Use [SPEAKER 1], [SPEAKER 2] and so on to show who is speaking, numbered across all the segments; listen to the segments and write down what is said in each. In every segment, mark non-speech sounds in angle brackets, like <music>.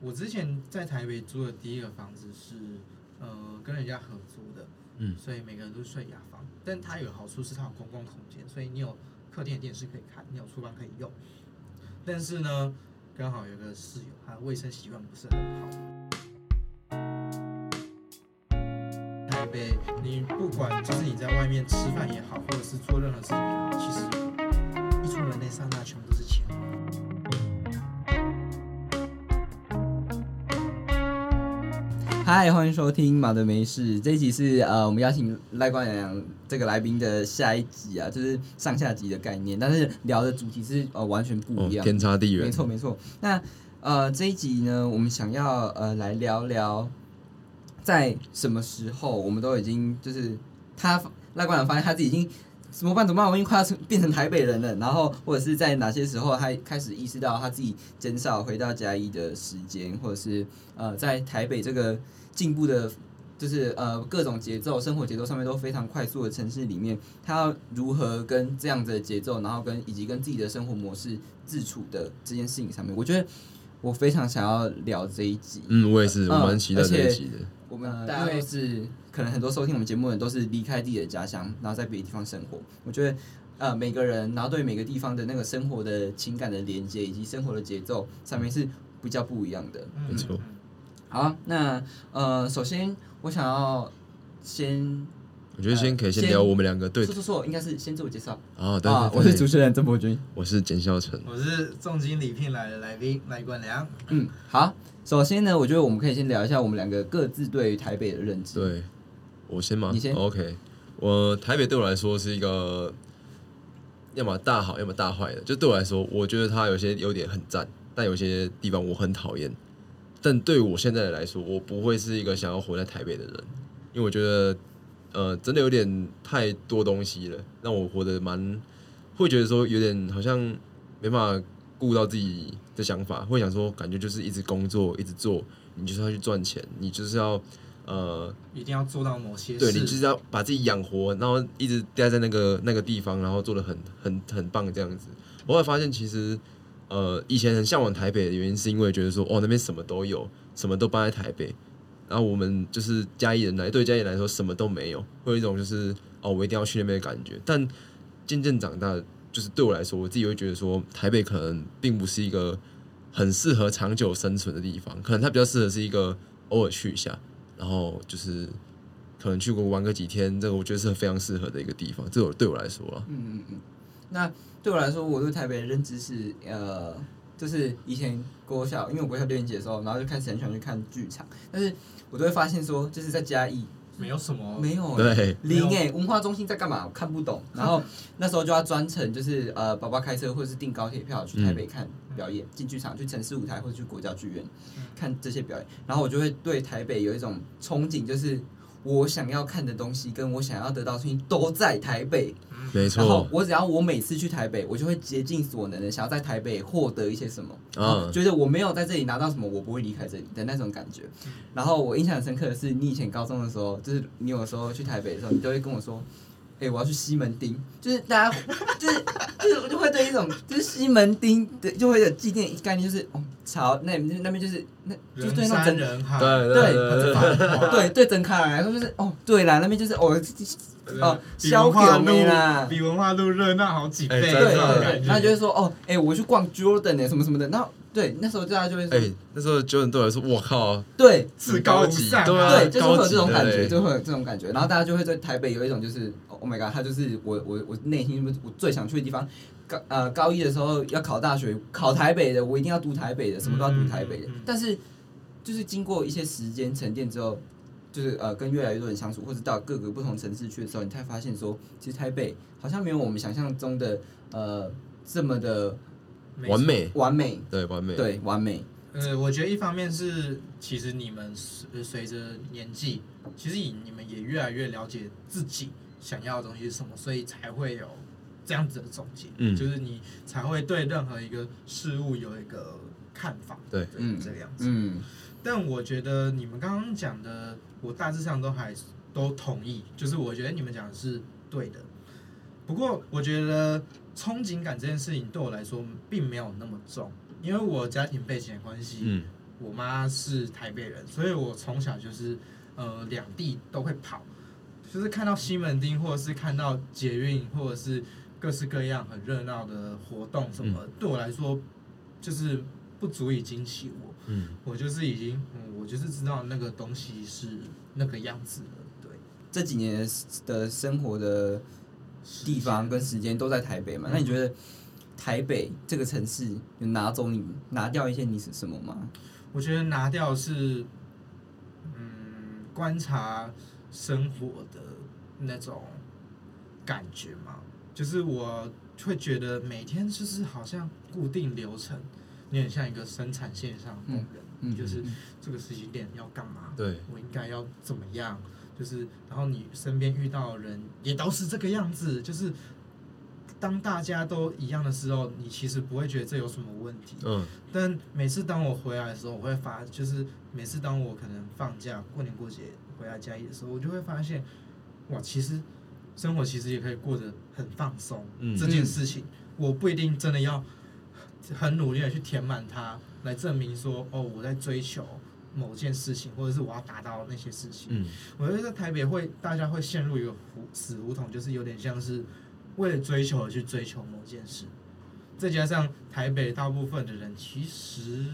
[SPEAKER 1] 我之前在台北租的第一个房子是呃跟人家合租的，
[SPEAKER 2] 嗯，
[SPEAKER 1] 所以每个人都是睡雅房，但它有个好处是它有公共空间，所以你有客厅的电视可以看，你有厨房可以用。但是呢，刚好有个室友他的卫生习惯不是很好。台北，你不管就是你在外面吃饭也好，或者是做任何事情也好，其实一出门那刹那全部都是钱。
[SPEAKER 2] 嗨，欢迎收听《马的没事》。这一集是呃，我们邀请赖冠良这个来宾的下一集啊，就是上下集的概念，但是聊的主题是呃完全不
[SPEAKER 3] 哦
[SPEAKER 2] 一，样。
[SPEAKER 3] 天差地远。
[SPEAKER 2] 没错，没错。那呃这一集呢，我们想要呃来聊聊，在什么时候我们都已经就是他赖冠良发现他自己已经怎么办怎么办，我已经快要成变成台北人了。然后或者是在哪些时候他开始意识到他自己减少回到嘉义的时间，或者是呃在台北这个进步的。就是呃各种节奏、生活节奏上面都非常快速的城市里面，他要如何跟这样子的节奏，然后跟以及跟自己的生活模式自处的这件事情上面，我觉得我非常想要聊这一集。
[SPEAKER 3] 嗯，我也是，我
[SPEAKER 2] 嗯
[SPEAKER 3] 蛮期待这一集的。
[SPEAKER 2] 我们大家都是可能很多收听我们节目的人都是离开自己的家乡，然后在别的地方生活。我觉得呃每个人，然后对每个地方的那个生活的情感的连接以及生活的节奏上面是比较不一样的。
[SPEAKER 1] 嗯
[SPEAKER 3] 没错。
[SPEAKER 2] 好，那呃首先我想要先
[SPEAKER 3] 我觉得先可以先
[SPEAKER 2] 先
[SPEAKER 3] 聊我们两个对
[SPEAKER 2] 说说说，应该是先自我介绍
[SPEAKER 3] 啊，对
[SPEAKER 2] 啊，
[SPEAKER 3] 对
[SPEAKER 2] 我
[SPEAKER 3] 对
[SPEAKER 2] 是主持人郑博君。
[SPEAKER 3] 我是简孝成，
[SPEAKER 1] 我是重金礼聘来的来宾赖冠良，
[SPEAKER 2] 嗯，好。首先呢，我觉得我们可以先聊一下我们两个各自对于台北的认知。
[SPEAKER 3] 对，我先吗？哦
[SPEAKER 2] 你先
[SPEAKER 3] OK，我台北对我来说是一个，要么大好，要么大坏的。就对我来说，我觉得它有些优点很赞，但有些地方我很讨厌。但对我现在来说，我不会是一个想要活在台北的人，因为我觉得，呃，真的有点太多东西了，让我活得蛮，会觉得说有点好像没办法顾到自己的想法，会想说感觉就是一直工作，一直做，你就是要去赚钱，你就是要呃
[SPEAKER 1] 一定要做到某些
[SPEAKER 3] 对
[SPEAKER 1] 事。
[SPEAKER 3] 你就是要把自己养活，然后一直待在那个那个地方，然后做的很很很棒这样子。我后来发现，其实呃，以前很向往台北的原因，是因为觉得说，哦，那边什么都有，什么都搬在台北。然后我们就是嘉义人来，对嘉义人来说什么都没有，会有一种就是哦，我一定要去那边的感觉。但渐渐长大，就是对我来说，我自己会觉得说，台北可能并不是一个很适合长久生存的地方，可能它比较适合是一个偶尔去一下，然后就是可能去过玩个几天，这个我觉得是非常适合的一个地方。这我对我来说啊，
[SPEAKER 2] 嗯嗯嗯。那对我来说，我对台北的认知是，呃，就是以前国小，因为我国小六年级的时候，然后就开始很喜欢去看剧场，但是我都会发现说，就是在嘉义
[SPEAKER 1] 没有什么，
[SPEAKER 2] 没有、欸。
[SPEAKER 3] 对，
[SPEAKER 2] 零哎、文化中心在干嘛？我看不懂。然 <laughs> 后那时候就要专程，就是呃，爸爸开车或者是订高铁票去台北看表演，进剧场，去城市舞台或者去国家剧院
[SPEAKER 1] 嗯
[SPEAKER 2] 看这些表演。然后我就会对台北有一种憧憬，就是我想要看的东西跟我想要得到的东西都在台北。
[SPEAKER 3] 没
[SPEAKER 2] 然后
[SPEAKER 3] 错，
[SPEAKER 2] 我只要我每次去台北，我就会竭尽所能的想要在台北获得一些什么，
[SPEAKER 3] 嗯
[SPEAKER 2] 然后觉得我没有在这里拿到什么，我不会离开这里的那种感觉。
[SPEAKER 1] 嗯
[SPEAKER 2] 然后我印象很深刻的是，你以前高中的时候，就是你有时候去台北的时候，你都会跟我说。哎、我要去西门町，就是大家，就是就是我就会对一种就是西门町的就会有祭奠概念，就是哦，潮那那边就是那就是
[SPEAKER 1] 人
[SPEAKER 2] 对那种
[SPEAKER 1] 山
[SPEAKER 2] 整
[SPEAKER 1] 人海，
[SPEAKER 3] 对
[SPEAKER 2] 对
[SPEAKER 3] 对
[SPEAKER 1] 很繁华
[SPEAKER 2] 对对整卡来说就是哦，对啦，那边就是哦哦，
[SPEAKER 1] 比文
[SPEAKER 2] 消
[SPEAKER 1] 化
[SPEAKER 2] 狗
[SPEAKER 1] 路
[SPEAKER 2] 没啦，
[SPEAKER 1] 比文化路热闹好几倍，
[SPEAKER 3] 哎真
[SPEAKER 2] 对
[SPEAKER 3] 的
[SPEAKER 1] 那种
[SPEAKER 2] 对
[SPEAKER 1] 感
[SPEAKER 2] 对，
[SPEAKER 1] 觉
[SPEAKER 2] 然后就会说哦，哎、我去逛 Jordan 哎，什么什么的，然后对，那时候大家就会说，
[SPEAKER 3] 哎、那时候 Jordan 对我来说，我靠，
[SPEAKER 2] 对
[SPEAKER 1] 至高无
[SPEAKER 3] 级，
[SPEAKER 1] 上啊
[SPEAKER 3] 对啊，
[SPEAKER 2] 对，就是会有这种感
[SPEAKER 3] 高级
[SPEAKER 2] 觉，
[SPEAKER 3] 的
[SPEAKER 2] 就会有这种感觉，然后大家就会对台北有一种就是，Oh my god，他就是我我我内心我最想去的地方。高呃高一的时候要考大学，考台北的，我一定要读台北的，什么都要读台北的。
[SPEAKER 1] 嗯嗯嗯
[SPEAKER 2] 但是就是经过一些时间沉淀之后，就是呃跟越来越多人相处，或者到各个不同城市去的时候，你才发现说，其实台北好像没有我们想象中的呃这么的
[SPEAKER 1] 没错
[SPEAKER 3] 完美，
[SPEAKER 2] 完美。
[SPEAKER 3] 对，完美，
[SPEAKER 2] 对，完美。
[SPEAKER 1] 呃，我觉得一方面是，其实你们随呃随着年纪，其实你你们也越来越了解自己想要的东西是什么，所以才会有这样子的总结，
[SPEAKER 3] 嗯
[SPEAKER 1] 就是你才会对任何一个事物有一个看法，
[SPEAKER 3] 对，
[SPEAKER 2] 嗯
[SPEAKER 1] 这个样子。
[SPEAKER 2] 嗯
[SPEAKER 1] 但我觉得你们刚刚讲的，我大致上都还都同意，就是我觉得你们讲的是对的。不过我觉得憧憬感这件事情对我来说并没有那么重，因为我家庭背景的关系，
[SPEAKER 3] 嗯，
[SPEAKER 1] 我妈是台北人，所以我从小就是呃两地都会跑，就是看到西门町或者是看到捷运或者是各式各样很热闹的活动什么，对我来说就是不足以惊喜我。
[SPEAKER 3] 嗯，
[SPEAKER 1] 我就是已经，嗯，我就是知道那个东西是那个样子的，对。
[SPEAKER 2] 这几年的生活的地方跟时间都在台北嘛，那你觉得台北这个城市有拿走你拿掉一些你是什么吗？
[SPEAKER 1] 我觉得拿掉是，嗯，观察生活的那种感觉嘛，就是我会觉得每天就是好像固定流程，你很像一个生产线上的工人，
[SPEAKER 2] 嗯，
[SPEAKER 1] 就是这个时间点要干嘛，
[SPEAKER 3] 对，
[SPEAKER 1] 我应该要怎么样？就是，然后你身边遇到的人也都是这个样子，就是当大家都一样的时候，你其实不会觉得这有什么问题。
[SPEAKER 3] 嗯
[SPEAKER 1] 但每次当我回来的时候，我会发，就是每次当我可能放假、过年过节回来家里的时候，我就会发现，哇，其实生活其实也可以过得很放松。
[SPEAKER 3] 嗯
[SPEAKER 1] 这件事情，我不一定真的要很努力的去填满它，来证明说，哦，我在追求某件事情，或者是我要达到那些事情。
[SPEAKER 3] 嗯
[SPEAKER 1] 我觉得在台北会，大家会陷入一个胡死胡同，就是有点像是为了追求而去追求某件事，再加上台北大部分的人其实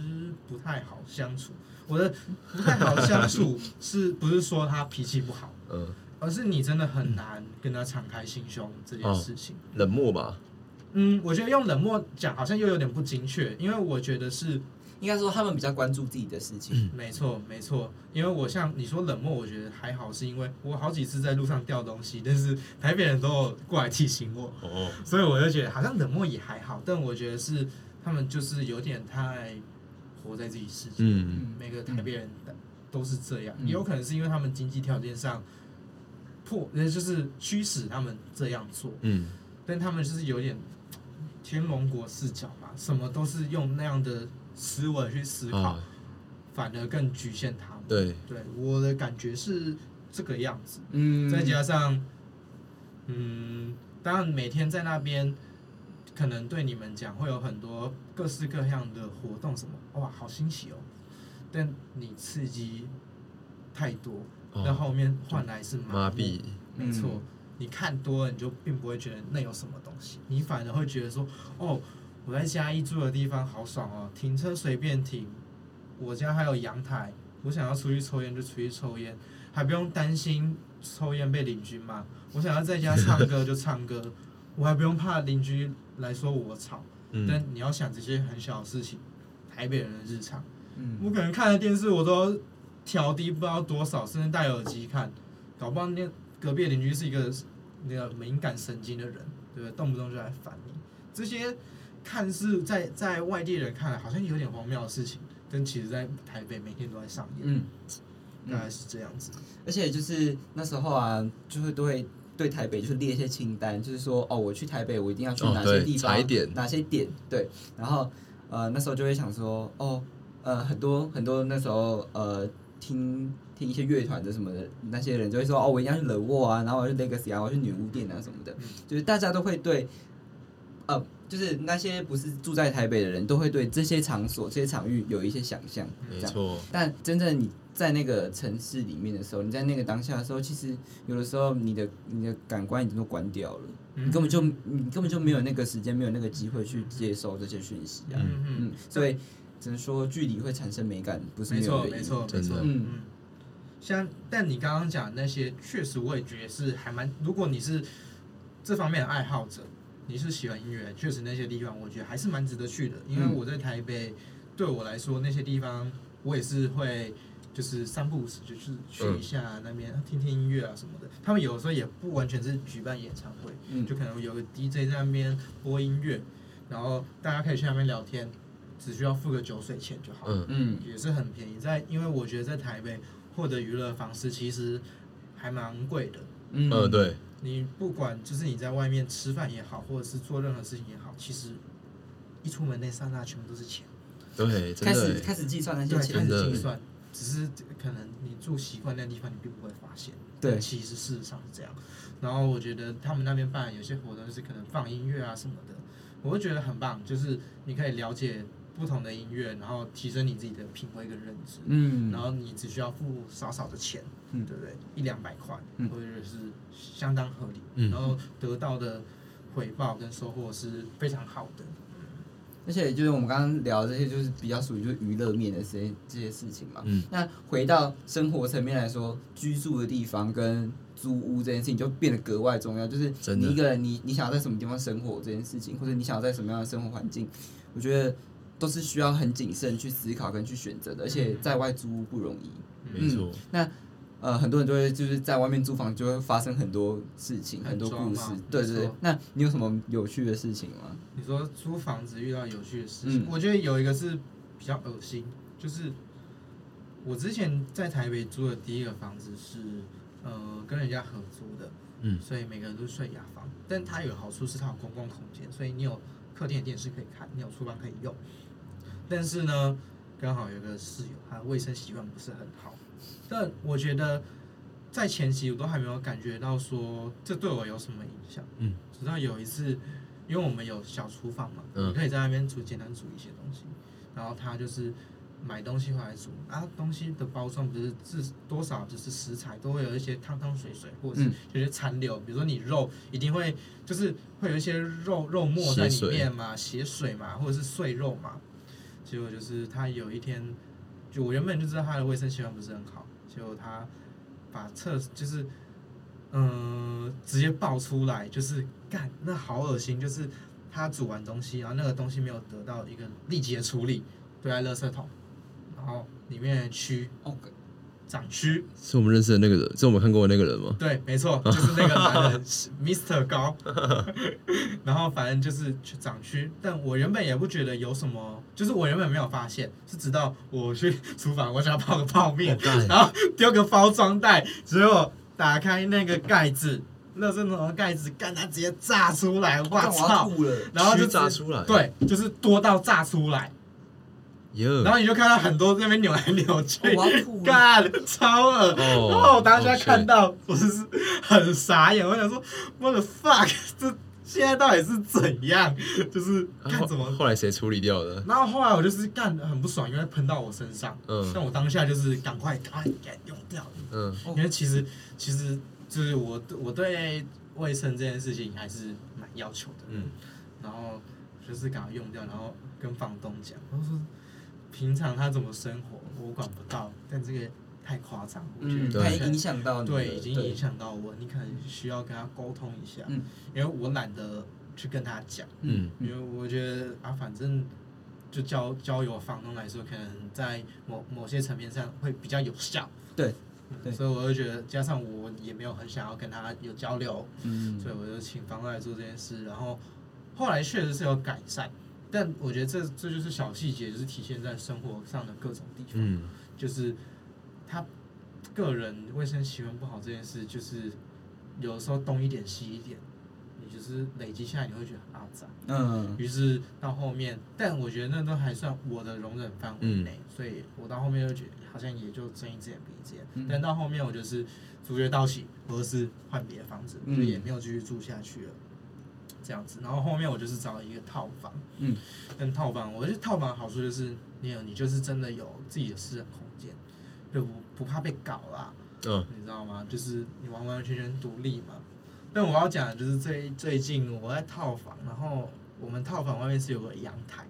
[SPEAKER 1] 不太好相处。我的不太好相处是不是说他脾气不好，
[SPEAKER 3] 嗯，
[SPEAKER 1] 而是你真的很难跟他敞开心胸这件事情。
[SPEAKER 3] 冷漠吧，
[SPEAKER 1] 嗯，我觉得用冷漠讲好像又有点不精确，因为我觉得是
[SPEAKER 2] 应该说他们比较关注自己的事情。
[SPEAKER 3] 嗯
[SPEAKER 1] 没错，没错，因为我像你说冷漠，我觉得还好，是因为我好几次在路上掉东西，但是台北人都有过来提醒我，
[SPEAKER 3] 哦，
[SPEAKER 1] 所以我就觉得好像冷漠也还好，但我觉得是他们就是有点太活在自己世界。
[SPEAKER 3] 嗯
[SPEAKER 1] 每个台北人都是这样，
[SPEAKER 2] 嗯
[SPEAKER 1] 也有可能是因为他们经济条件上迫，呃，就是驱使他们这样做，
[SPEAKER 3] 嗯
[SPEAKER 1] 但他们就是有点天龙国视角嘛，什么都是用那样的思维去思考。
[SPEAKER 3] 啊，
[SPEAKER 1] 反而更局限他们。
[SPEAKER 3] 对，
[SPEAKER 1] 对，我的感觉是这个样子。
[SPEAKER 2] 嗯，
[SPEAKER 1] 再加上，嗯，当然每天在那边，可能对你们讲会有很多各式各样的活动，什么哇，好新奇哦！但你刺激太多，那
[SPEAKER 3] 哦，
[SPEAKER 1] 后面换来是
[SPEAKER 3] 麻
[SPEAKER 1] 麻
[SPEAKER 3] 痹，
[SPEAKER 1] 没错，
[SPEAKER 2] 嗯
[SPEAKER 1] 你看多了，你就并不会觉得那有什么东西，你反而会觉得说，哦，我在嘉义住的地方好爽哦，停车随便停，我家还有阳台，我想要出去抽烟就出去抽烟，还不用担心抽烟被邻居骂，我想要在家唱歌就唱歌，我还不用怕邻居来说我吵。
[SPEAKER 3] 嗯
[SPEAKER 1] 但你要想这些很小的事情，台北人的日常。
[SPEAKER 2] 嗯，
[SPEAKER 1] 我可能看的电视我都调低不知道多少，甚至戴耳机看，搞不好那隔壁邻居是一个那个敏感神经的人，对不对？动不动就来烦你。这些看似在在外地人看来好像有点荒谬的事情，但其实在台北每天都在上演，
[SPEAKER 2] 嗯，
[SPEAKER 1] 大概是这样子。
[SPEAKER 2] 而且就是那时候啊，就会对对台北就是列一些清单，就是说哦，我去台北我一定要去
[SPEAKER 3] 哦
[SPEAKER 2] 哪些
[SPEAKER 3] 对
[SPEAKER 2] 地方，
[SPEAKER 3] 踩点
[SPEAKER 2] 哪些点，对。然后呃那时候就会想说哦，呃很多很多那时候呃听听一些乐团的什么的那些人就会说哦我一定要去冷沃啊，然后我要去 Legacy 啊，我要去女巫店啊什么的，就是大家都会对呃就是那些不是住在台北的人都会对这些场所这些场域有一些想象，这
[SPEAKER 3] 没
[SPEAKER 2] 样。
[SPEAKER 3] 错，
[SPEAKER 2] 但真正你在那个城市里面的时候，你在那个当下的时候，其实有的时候你的你的感官已经都关掉了，
[SPEAKER 1] 嗯
[SPEAKER 2] 你嗯根本就你根本就没有那个时间，没有那个机会去接收这些讯息啊。
[SPEAKER 1] 嗯嗯
[SPEAKER 2] 嗯，所以只能说距离会产生美感，不是
[SPEAKER 1] 没
[SPEAKER 2] 有
[SPEAKER 1] 错，
[SPEAKER 2] 原因
[SPEAKER 1] 没错，没
[SPEAKER 3] 真
[SPEAKER 1] 错
[SPEAKER 3] 的。
[SPEAKER 2] 嗯
[SPEAKER 1] 嗯，像但你刚刚讲的那些，确实我也觉得是还蛮。如果你是这方面的爱好者，你是喜欢音乐，确实那些地方我觉得还是蛮值得去的。因为
[SPEAKER 2] 嗯
[SPEAKER 1] 我在台北，对我来说那些地方我也是会。就是三不五时，就是去一下那边、听听音乐啊什么的。他们有时候也不完全是举办演唱会，
[SPEAKER 2] 嗯
[SPEAKER 1] 就可能有个 DJ 在那边播音乐，然后大家可以去那边聊天，只需要付个酒水钱就好了。
[SPEAKER 3] 嗯
[SPEAKER 2] 嗯
[SPEAKER 1] 也是很便宜。在因为我觉得在台北获得娱乐方式其实还蛮贵的。
[SPEAKER 2] 嗯
[SPEAKER 3] 嗯，对，
[SPEAKER 1] 你不管就是你在外面吃饭也好，或者是做任何事情也好，其实一出门那刹那全部都是钱，
[SPEAKER 3] 对，
[SPEAKER 2] 开
[SPEAKER 3] 真
[SPEAKER 2] 始
[SPEAKER 3] 的欸，
[SPEAKER 2] 嗯开始计算啊那
[SPEAKER 1] 对，
[SPEAKER 2] 些
[SPEAKER 1] 开
[SPEAKER 2] 钱
[SPEAKER 3] 真，
[SPEAKER 1] 始
[SPEAKER 3] 的
[SPEAKER 1] 计算。只是可能你住习惯那地方，你并不会发现。
[SPEAKER 2] 对，
[SPEAKER 1] 其实事实上是这样。然后我觉得他们那边办有些活动，就是可能放音乐啊什么的，我会觉得很棒，就是你可以了解不不同的音乐，然后提升你自己的品味跟认知，
[SPEAKER 2] 嗯
[SPEAKER 1] 然后你只需要付少少的钱，
[SPEAKER 2] 嗯
[SPEAKER 1] 对不对？一两百块，
[SPEAKER 2] 嗯
[SPEAKER 1] 我觉得是相当合理，
[SPEAKER 3] 嗯
[SPEAKER 1] 然后得到的回报跟收获是非常好的。
[SPEAKER 2] 而且就是我们刚刚聊的这些，就是比较属于就是娱乐面的这些这些事情嘛。
[SPEAKER 3] 嗯，
[SPEAKER 2] 那回到生活层面来说，居住的地方跟租屋这件事情就变得格外重要。就是
[SPEAKER 3] 真的
[SPEAKER 2] 你一个人，你你想要在什么地方生活这件事情，或者你想要在什么样的生活环境，我觉得都是需要很谨慎去思考跟去选择的。而且
[SPEAKER 3] 嗯
[SPEAKER 2] 在外租屋不容易，
[SPEAKER 1] 嗯
[SPEAKER 3] 没错，
[SPEAKER 2] 呃，很多人就会就是在外面租房就会发生很多事情，很
[SPEAKER 1] 很
[SPEAKER 2] 多
[SPEAKER 1] 抓
[SPEAKER 2] 故
[SPEAKER 1] 嘛
[SPEAKER 2] 事
[SPEAKER 1] 没。
[SPEAKER 2] 对对对
[SPEAKER 1] 错，
[SPEAKER 2] 那你有什么有趣的事情吗？
[SPEAKER 1] 你说租房子遇到有趣的事情，
[SPEAKER 2] 嗯
[SPEAKER 1] 我觉得有一个是比较恶心，就是我之前在台北租的第一个房子是呃跟人家合租的，
[SPEAKER 3] 嗯
[SPEAKER 1] 所以每个人都睡雅房，但它有个好处是它有公共空间，所以你有客厅的电视可以看，你有厨房可以用，但是呢，刚好有个室友他的卫生习惯不是很好，但我觉得在前期我都还没有感觉到说这对我有什么影响，
[SPEAKER 3] 嗯，
[SPEAKER 1] 直到有一次。因为我们有小厨房嘛，
[SPEAKER 3] 嗯
[SPEAKER 1] 你可以在那边煮简单煮一些东西。然后他就是买东西回来煮啊，东西的包装不是至多少就是食材都会有一些汤汤水水，或者是
[SPEAKER 2] 嗯
[SPEAKER 1] 有些残留，比如说你肉一定会就是会有一些肉肉末在里面嘛，血水嘛，或者是碎肉嘛。结果就是他有一天，就我原本就知道他的卫生习惯不是很好，结果他把厕就是。嗯，直接爆出来，就是干，那好恶心，就是他煮完东西，然后那个东西没有得到一个立即的处理，丢在垃圾桶，然后里面的蛆
[SPEAKER 2] 哦，
[SPEAKER 1] 长蛆，
[SPEAKER 3] 是我们认识的那个人，是我们看过的那个人吗？
[SPEAKER 1] 对，没
[SPEAKER 2] <laughs>
[SPEAKER 1] 错，就是那个男人 Mr 高，然后反正就是长蛆，但我原本也不觉得有什么，就是我原本没有发现，是直到我去厨房，我想要泡个泡面，
[SPEAKER 2] <laughs>
[SPEAKER 3] <laughs>
[SPEAKER 1] 然后丢个包装袋，结果打开那个盖子，垃圾桶的盖子，干它直接炸出来，哇
[SPEAKER 2] 干我要
[SPEAKER 1] 操！
[SPEAKER 2] 吐了。
[SPEAKER 1] 然后就
[SPEAKER 3] 蛆炸
[SPEAKER 1] 直
[SPEAKER 3] 出来，，
[SPEAKER 1] 对，就是多到炸出来，
[SPEAKER 3] 耶，
[SPEAKER 1] 然后你就看到很多那边扭来扭去，
[SPEAKER 2] 哦嗯我要吐了
[SPEAKER 1] 干超恶
[SPEAKER 3] 哦
[SPEAKER 1] 然后我当
[SPEAKER 3] 哦
[SPEAKER 1] 下
[SPEAKER 3] 是
[SPEAKER 1] 看到，我是很傻眼，我想说，what the fuck，这 <laughs> 现在到底是怎样？就是
[SPEAKER 3] 啊
[SPEAKER 1] 看
[SPEAKER 3] 后
[SPEAKER 1] 怎么。
[SPEAKER 3] 后来谁处理掉的？
[SPEAKER 1] 然后后来我就是干得很不爽，因为喷到我身上。
[SPEAKER 3] 嗯
[SPEAKER 1] 但我当下就是赶快赶快给用掉，
[SPEAKER 3] 嗯，
[SPEAKER 2] 哦
[SPEAKER 1] 因为其实其实就是我我对卫生这件事情还是蛮要求的。
[SPEAKER 3] 嗯，
[SPEAKER 1] 然后就是赶快用掉，然后跟房东讲，我说平常他怎么生活我管不到，但这个太夸张，我觉
[SPEAKER 2] 嗯，
[SPEAKER 1] 得
[SPEAKER 3] 对
[SPEAKER 2] 它
[SPEAKER 1] 太
[SPEAKER 2] 影响到你了。
[SPEAKER 1] 对，已经影响到我，你可能需要跟他沟通一下，
[SPEAKER 2] 嗯
[SPEAKER 1] 因为我懒得去跟他讲，
[SPEAKER 3] 嗯
[SPEAKER 1] 因为我觉得啊，反正就交交由房东来说，可能在某某些层面上会比较有效。
[SPEAKER 2] 对
[SPEAKER 1] 嗯，
[SPEAKER 2] 对
[SPEAKER 1] 所以我就觉得，加上我也没有很想要跟他有交流，
[SPEAKER 2] 嗯
[SPEAKER 1] 所以我就请房东来做这件事，然后后来确实是有改善，但我觉得这这就是小细节，就是体现在生活上的各种地方，
[SPEAKER 3] 嗯，
[SPEAKER 1] 就是他个人卫生习惯不好这件事，就是有时候东一点西一点，你就是累积下来，你会觉得很阿杂。
[SPEAKER 2] 嗯
[SPEAKER 1] 于是到后面，但我觉得那都还算我的容忍范围内，
[SPEAKER 2] 嗯
[SPEAKER 1] 所以我到后面就觉得好像也就睁一只眼闭一只眼。
[SPEAKER 2] 嗯
[SPEAKER 1] 但到后面我就是租约到期，我就是换别的房子，
[SPEAKER 2] 嗯
[SPEAKER 1] 就也没有继续住下去了，这样子。然后后面我就是找了一个套房，
[SPEAKER 2] 嗯，
[SPEAKER 1] 但套房，我觉得套房的好处就是你有你就是真的有自己的私人空间，就不不怕被搞啦，
[SPEAKER 3] 嗯，
[SPEAKER 1] 你知道吗？就是你完完全全独立嘛。但我要讲的就是最最近我在套房，然后我们套房外面是有个阳台，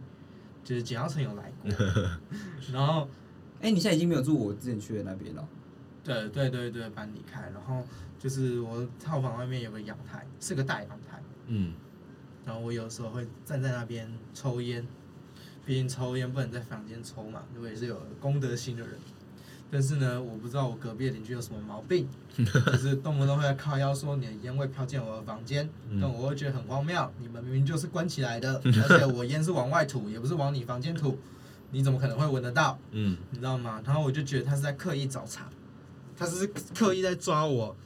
[SPEAKER 1] 就是简耀成有来过，然后
[SPEAKER 2] 哎，你现在已经没有住我之前去的那边了。
[SPEAKER 1] 对对对对搬离开，然后就是我套房外面有个阳台，是个大阳台，
[SPEAKER 3] 嗯，
[SPEAKER 1] 然后我有时候会站在那边抽烟，毕竟抽烟不能在房间抽嘛，我也是有公德心的人。但是呢，我不知道我隔壁的邻居有什么毛病，就是动不动会靠腰说你的烟味飘进我的房间，但我会觉得很荒谬。你们明明就是关起来的，而且我烟是往外吐，也不是往你房间吐，你怎么可能会闻得到？
[SPEAKER 3] 嗯，
[SPEAKER 1] 你知道吗？然后我就觉得他是在刻意找茬，他是刻意在抓我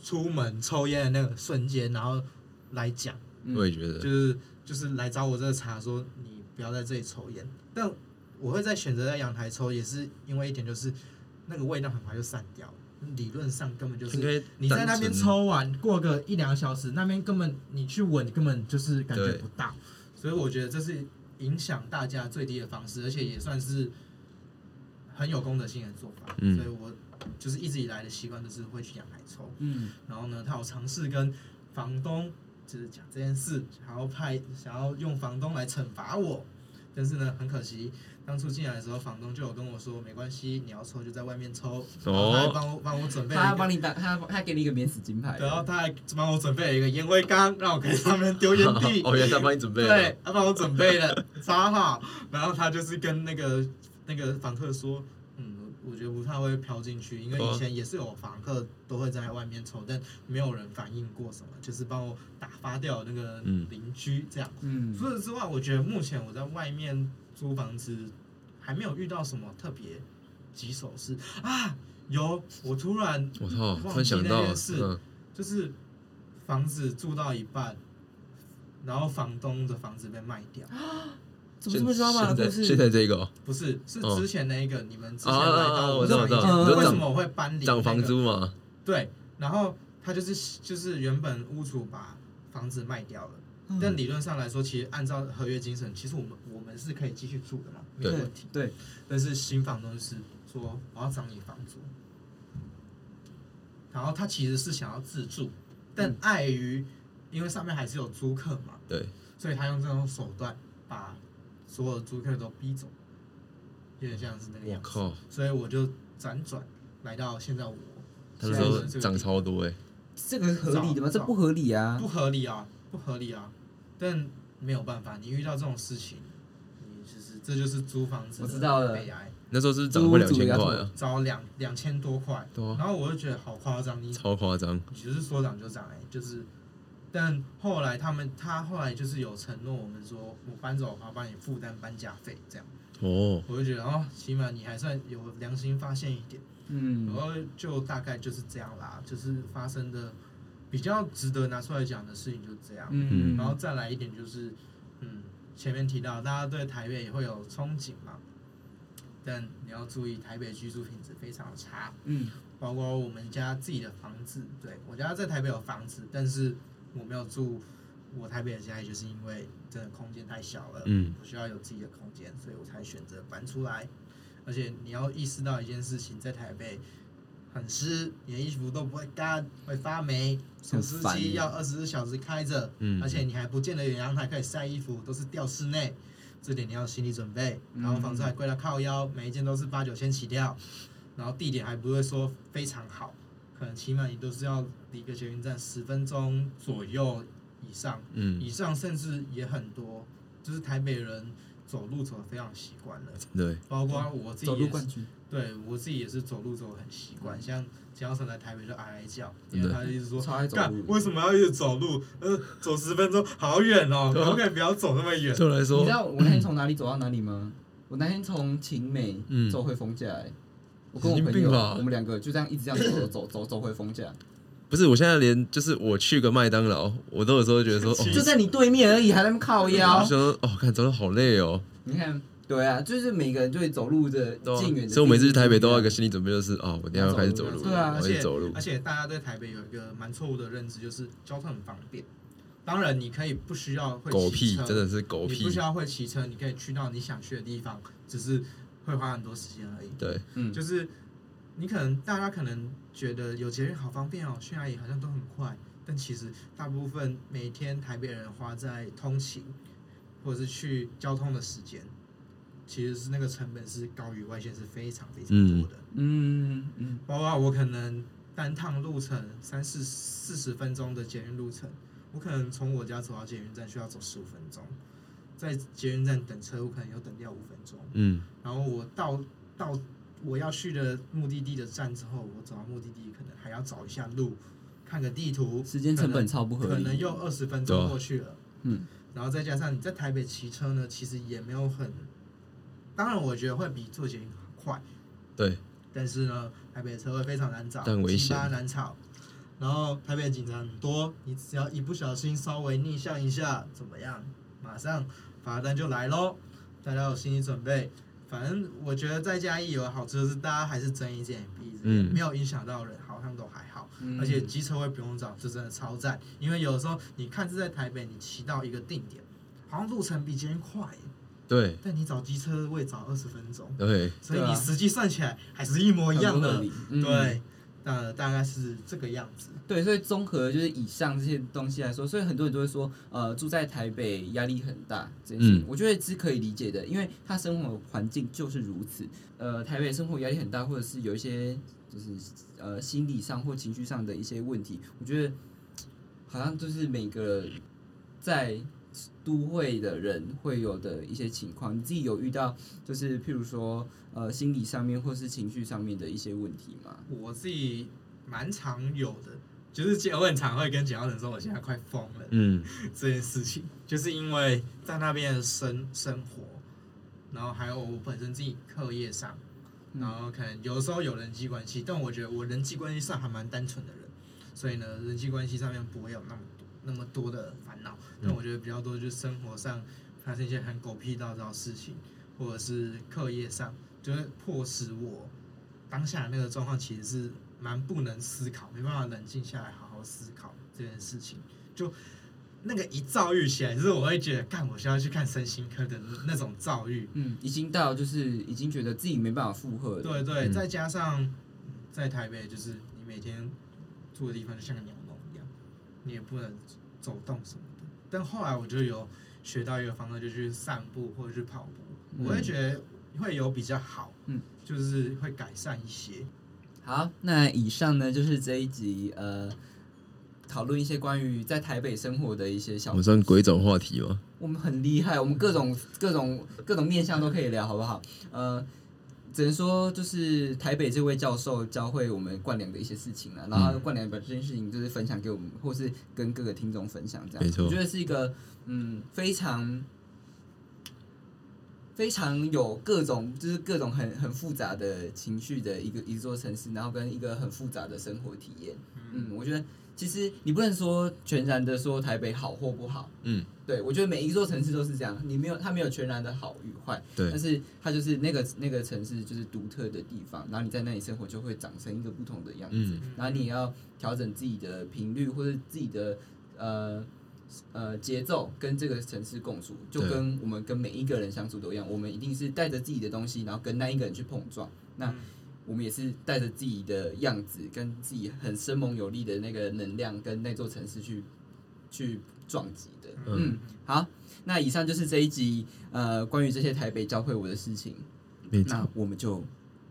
[SPEAKER 1] 出门抽烟的那个瞬间，然后来讲。
[SPEAKER 2] 嗯
[SPEAKER 3] 我也觉得，
[SPEAKER 1] 就是就是来找我这个茬说你不要在这里抽烟，但我会在选择在阳台抽，也是因为一点就是那个味道很快就散掉了，理论上根本就
[SPEAKER 3] 应
[SPEAKER 1] 是
[SPEAKER 3] 该
[SPEAKER 1] 你在那边
[SPEAKER 3] 单纯，
[SPEAKER 1] 抽完过个一两个小时，那边根本你去闻根本就是感觉不到，所以我觉得这是影响大家最低的方式，而且也算是很有公德心的做法。
[SPEAKER 3] 嗯
[SPEAKER 1] 所以我就是一直以来的习惯就是会去养海抽，
[SPEAKER 2] 嗯，
[SPEAKER 1] 然后呢，他有尝试跟房东就是讲这件事，想要派想要用房东来惩罚我，但是呢，很可惜，当初进来的时候，房东就有跟我说，没关系，你要抽就在外面抽，然
[SPEAKER 3] 哦
[SPEAKER 1] 后他还帮我帮我准备了
[SPEAKER 2] 他
[SPEAKER 1] 一个
[SPEAKER 2] 帮你打，他他给你一个免死金牌，
[SPEAKER 1] 然后他还帮我准备了一个烟灰缸，让我可以上面丢烟
[SPEAKER 3] <laughs>
[SPEAKER 1] 蒂。
[SPEAKER 3] 哦，原来他帮你准备了
[SPEAKER 1] 对，，他帮我准备了， <laughs> 超好。然后他就是跟那个那个房客说，嗯，我觉得不太会飘进去，因为以前也是有房客都会在外面抽，但没有人反映过什么，就是帮我打发掉那个
[SPEAKER 3] 嗯
[SPEAKER 1] 邻居这样。
[SPEAKER 2] 嗯
[SPEAKER 1] 除此之外，我觉得目前我在外面租房子还没有遇到什么特别棘手事啊。有，我突然
[SPEAKER 3] 我操，
[SPEAKER 1] 忘记
[SPEAKER 3] 突然想到
[SPEAKER 1] 那件，事
[SPEAKER 3] 嗯，
[SPEAKER 1] 就是房子住到一半，然后房东的房子被卖掉，
[SPEAKER 2] 怎么这么抓马
[SPEAKER 3] 现
[SPEAKER 2] 的故
[SPEAKER 3] 在
[SPEAKER 2] 事？
[SPEAKER 3] 现在这个哦
[SPEAKER 1] 不是，是
[SPEAKER 3] 哦
[SPEAKER 1] 之前那一个、你们之前
[SPEAKER 3] 啊啊
[SPEAKER 1] 来
[SPEAKER 3] 啊啊
[SPEAKER 1] 到
[SPEAKER 3] 我
[SPEAKER 1] 我
[SPEAKER 3] 知
[SPEAKER 1] 上
[SPEAKER 3] 道我
[SPEAKER 1] 一
[SPEAKER 3] 知
[SPEAKER 1] 集
[SPEAKER 3] 道
[SPEAKER 2] 嗯
[SPEAKER 3] 你说
[SPEAKER 1] 为什
[SPEAKER 3] 涨
[SPEAKER 1] 么我会搬离、那
[SPEAKER 3] 涨
[SPEAKER 1] 个
[SPEAKER 3] 房？租嘛，
[SPEAKER 1] 对，然后他就是就是原本屋主把房子卖掉了，
[SPEAKER 2] 嗯
[SPEAKER 1] 但理论上来说，其实按照合约精神，其实我们我们是可以继续住的嘛，没有
[SPEAKER 2] 对
[SPEAKER 1] 问题。
[SPEAKER 2] 对，
[SPEAKER 1] 但是新房东是说我要涨你房租，然后他其实是想要自住，
[SPEAKER 3] 嗯
[SPEAKER 1] 但碍于因为上面还是有租客嘛，
[SPEAKER 3] 对，
[SPEAKER 1] 所以他用这种手段把所有租客都逼走，有点像是那个
[SPEAKER 3] 我
[SPEAKER 1] 样子。
[SPEAKER 3] 靠，
[SPEAKER 1] 所以我就辗转来到现在我
[SPEAKER 3] 他那时候
[SPEAKER 1] 现在是这个
[SPEAKER 3] 涨超多哎，
[SPEAKER 2] 这个合理的吗？这不合理啊！
[SPEAKER 1] 不合理啊，不合理啊，但没有办法，你遇到这种事情，你就是这就是租房子
[SPEAKER 2] 我
[SPEAKER 1] 的
[SPEAKER 2] 知道了
[SPEAKER 1] 悲哀，
[SPEAKER 3] 那时候是不是涨过
[SPEAKER 2] 租
[SPEAKER 3] 两
[SPEAKER 2] 租
[SPEAKER 3] 千
[SPEAKER 2] 要
[SPEAKER 3] 块啊，
[SPEAKER 1] 找两两千多块，
[SPEAKER 3] 对啊，
[SPEAKER 1] 然后我就觉得好夸张，你
[SPEAKER 3] 超夸张，
[SPEAKER 1] 你就是说涨就涨哎、就是，但后来他们他后来就是有承诺我们说，我搬走的话帮你负担搬家费这样，
[SPEAKER 3] 哦，
[SPEAKER 1] 我就觉得哦，起码你还算有良心发现一点，然
[SPEAKER 2] 嗯
[SPEAKER 1] 后就大概就是这样啦，就是发生的比较值得拿出来讲的事情就是这样，
[SPEAKER 2] 嗯，
[SPEAKER 1] 然后再来一点就是，嗯，前面提到大家对台北也会有憧憬嘛，但你要注意台北居住品质非常的差。
[SPEAKER 2] 嗯
[SPEAKER 1] 包括我们家自己的房子，对我家在台北有房子，但是我没有住我台北的家里，就是因为真的空间太小了，
[SPEAKER 3] 嗯，
[SPEAKER 1] 我需要有自己的空间，所以我才选择搬出来。而且你要意识到一件事情，在台北很湿，你的衣服都不会干，会发霉，除湿
[SPEAKER 2] 很烦耶
[SPEAKER 1] 机要二十四小时开着，
[SPEAKER 3] 嗯
[SPEAKER 1] 而且你还不见得有阳台可以晒衣服，都是吊室内。这点你要有心理准备，
[SPEAKER 2] 嗯
[SPEAKER 1] 然后房租还贵到靠腰，每一件都是八九千起跳，然后地点还不会说非常好，可能起码你都是要离个捷运站十分钟左右以上，
[SPEAKER 3] 嗯，
[SPEAKER 1] 以上甚至也很多，就是台北人走路走的非常习惯了，
[SPEAKER 3] 对，
[SPEAKER 1] 包括我自己
[SPEAKER 2] 走路
[SPEAKER 1] 也是
[SPEAKER 2] 冠，军，
[SPEAKER 1] 对我自己也是走路走的很习惯，像江小成来台北就哀哀叫，因为
[SPEAKER 3] 嗯真的
[SPEAKER 1] 他就一直说
[SPEAKER 2] 超爱走
[SPEAKER 1] 干，
[SPEAKER 2] 路。
[SPEAKER 1] 为什么要一直走路？呃，走十分钟好远哦，
[SPEAKER 3] 对啊
[SPEAKER 1] 可不可以不要走那么远？
[SPEAKER 3] 对我来
[SPEAKER 2] 你
[SPEAKER 3] 说
[SPEAKER 2] 知，道我那天从哪里走到哪里吗？我那天从晴美
[SPEAKER 3] 嗯
[SPEAKER 2] 走回丰甲，欸我跟我
[SPEAKER 3] 神经
[SPEAKER 2] 朋友
[SPEAKER 3] 病吧，
[SPEAKER 2] 我们两个就这样一直这样走走走走回
[SPEAKER 1] <laughs>
[SPEAKER 2] 丰甲，
[SPEAKER 3] 不是，我现在连就是我去个麦当劳，我都有时候觉得
[SPEAKER 1] <laughs>
[SPEAKER 3] 说，哦，
[SPEAKER 1] 其
[SPEAKER 2] 就在你对面而已，还在那边靠腰
[SPEAKER 1] <laughs>
[SPEAKER 3] 我。想说哦，看走的好累哦，
[SPEAKER 2] 你看，对啊，就是每个人对走路的
[SPEAKER 3] 对啊
[SPEAKER 2] 近远的定义不一样，
[SPEAKER 3] 所以我每次去台北都要有一个心理准备，就是哦，我等一下要开始走路，
[SPEAKER 2] 对啊
[SPEAKER 3] 我
[SPEAKER 1] 而
[SPEAKER 3] 要
[SPEAKER 1] 且
[SPEAKER 3] 去走路
[SPEAKER 1] 而，且大家对台北有一个蛮错误的认知，就是交通很方便。当然，你可以不需要会
[SPEAKER 3] 狗
[SPEAKER 1] 骑
[SPEAKER 3] 屁，
[SPEAKER 1] 车，
[SPEAKER 3] 真的是狗
[SPEAKER 1] 你
[SPEAKER 3] 屁
[SPEAKER 1] 不，需要会骑车，你可以去到你想去的地方，只是会花很多时间而已。
[SPEAKER 3] 对，
[SPEAKER 2] 嗯，
[SPEAKER 1] 就是你可能大家可能觉得有捷运好方便哦，去哪里好像都很快，但其实大部分每天台北人花在通勤或者是去交通的时间，其实是那个成本是高于外线是非常非常多的。
[SPEAKER 2] 嗯嗯
[SPEAKER 1] 包括我可能单趟路程三四四十分钟的捷运路程，我可能从我家走到捷运站需要走十五分钟，在捷运站等车，我可能又等掉五分钟。
[SPEAKER 3] 嗯，
[SPEAKER 1] 然后我到到我要去的目的地的站之后，我走到目的地可能还要找一下路，看个地图
[SPEAKER 2] 嗯，，时间成本超不合
[SPEAKER 1] 可能
[SPEAKER 2] 理。
[SPEAKER 1] 又二十分
[SPEAKER 3] 对啊
[SPEAKER 1] 钟过去了。
[SPEAKER 2] 嗯，
[SPEAKER 1] 然后再加上你在台北骑车呢，其实也没有很，当然我觉得会比坐捷运快，
[SPEAKER 3] 对，
[SPEAKER 1] 但是呢，台北的车会非常难找，
[SPEAKER 3] 但危险
[SPEAKER 1] 鸡巴难吵。然后台北的警察很多，你只要一不小心稍微逆向一下，怎么样，马上罚单就来喽。大家有心理准备。反正我觉得在嘉义有好处就是大家还是睁一只眼闭一只眼，
[SPEAKER 3] 嗯
[SPEAKER 1] 没有影响到人，好像都还好。
[SPEAKER 2] 嗯
[SPEAKER 1] 而且机车位不用找，这真的超赞。因为有时候你看是在台北，你骑到一个定点，好像路程比捷运快耶，
[SPEAKER 3] 对
[SPEAKER 1] 但你找机车位找二十分钟，
[SPEAKER 3] 对，
[SPEAKER 1] 所以
[SPEAKER 2] 对啊
[SPEAKER 1] 你实际算起来还是一模一样
[SPEAKER 2] 很不合
[SPEAKER 1] 的
[SPEAKER 2] 理。嗯
[SPEAKER 1] 对，那大概是这个样子。
[SPEAKER 2] 对，所以综合就是以上这些东西来说，所以很多人都会说，呃，住在台北压力很大这件事情，
[SPEAKER 3] 嗯
[SPEAKER 2] 我觉得是可以理解的，因为他生活环境就是如此。呃，台北生活压力很大，或者是有一些就是呃心理上或情绪上的一些问题，我觉得好像就是每个在都会的人会有的一些情况。你自己有遇到就是譬如说呃心理上面或是情绪上面的一些问题吗？
[SPEAKER 1] 我自己蛮常有的，就是我很常会跟简浩成说，我现在快疯了。
[SPEAKER 3] 嗯
[SPEAKER 1] <laughs> 这件事情，就是因为在那边的生生活，然后还有我本身自己课业上，
[SPEAKER 2] 嗯
[SPEAKER 1] 然后可能有的时候有人际关系，但我觉得我人际关系上还蛮单纯的人，所以呢，人际关系上面不会有那么多那么多的烦恼。但我觉得比较多就是生活上发生一些很狗屁倒灶的事情，或者是课业上，就是迫使我当下那个状况其实是蛮不能思考，没办法冷静下来好好思考这件事情。就那个一躁郁起来，就是我会觉得，干，我需要去看身心科的那种躁郁。
[SPEAKER 2] 嗯，已经到就是已经觉得自己没办法负荷了。
[SPEAKER 1] 对对，
[SPEAKER 3] 嗯
[SPEAKER 1] 再加上在台北，就是你每天住的地方就像个鸟笼一样，你也不能走动什么的。但后来我就有学到一个方式，就去散步或者去跑步，
[SPEAKER 2] 嗯
[SPEAKER 1] 我会觉得会有比较好，
[SPEAKER 2] 嗯，
[SPEAKER 1] 就是会改善一些。
[SPEAKER 2] 好，那以上呢就是这一集呃，讨论一些关于在台北生活的一些小
[SPEAKER 3] 我。们算鬼种话题哦吗？
[SPEAKER 2] 我们很厉害，我们各种各种各种面向都可以聊，好不好？呃，只能说就是台北这位教授教会我们冠良的一些事情啊了，然
[SPEAKER 3] 嗯
[SPEAKER 2] 后冠良把这件事情就是分享给我们，或是跟各个听众分享，这样
[SPEAKER 3] 没错
[SPEAKER 2] 我觉得是一个嗯非常。非常有各种，就是各种很很复杂的情绪的一个一座城市，然后跟一个很复杂的生活体验。嗯，我觉得其实你不能说全然的说台北好或不好，
[SPEAKER 3] 嗯，
[SPEAKER 2] 对，我觉得每一座城市都是这样，你没有它没有全然的好与坏，但
[SPEAKER 3] 嗯对，
[SPEAKER 2] 是它就是那个那个城市就是独特的地方，然后你在那里生活就会长成一个不同的样子，
[SPEAKER 3] 嗯
[SPEAKER 2] 然后你也要调整自己的频率或者自己的呃呃节奏跟这个城市共处，就
[SPEAKER 3] 对
[SPEAKER 2] 跟我们跟每一个人相处都一样，我们一定是带着自己的东西，然后跟那一个人去碰撞，那
[SPEAKER 1] 嗯
[SPEAKER 2] 我们也是带着自己的样子，跟自己很生猛有力的那个能量，跟那座城市去去撞击的。嗯
[SPEAKER 3] 嗯，
[SPEAKER 2] 好，那以上就是这一集呃关于这些台北教会我的事情。
[SPEAKER 3] 没错
[SPEAKER 2] 那我们就，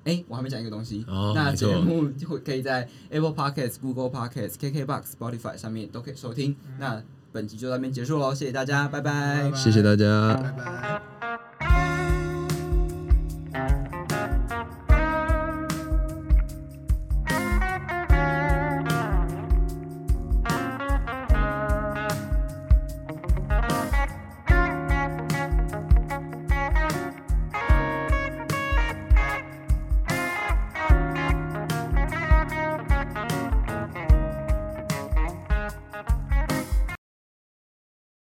[SPEAKER 2] 哎、我还没讲一个东西。
[SPEAKER 3] 哦
[SPEAKER 2] <laughs> 那
[SPEAKER 3] 没
[SPEAKER 2] 节
[SPEAKER 3] 错
[SPEAKER 2] 目就会可以在 Apple Podcasts、Google Podcasts、KKBox、Spotify 上面都可以嗯收听。那本集就到这边结束喽，谢谢大家，拜拜
[SPEAKER 1] 拜
[SPEAKER 3] 谢谢大家。
[SPEAKER 1] 拜拜。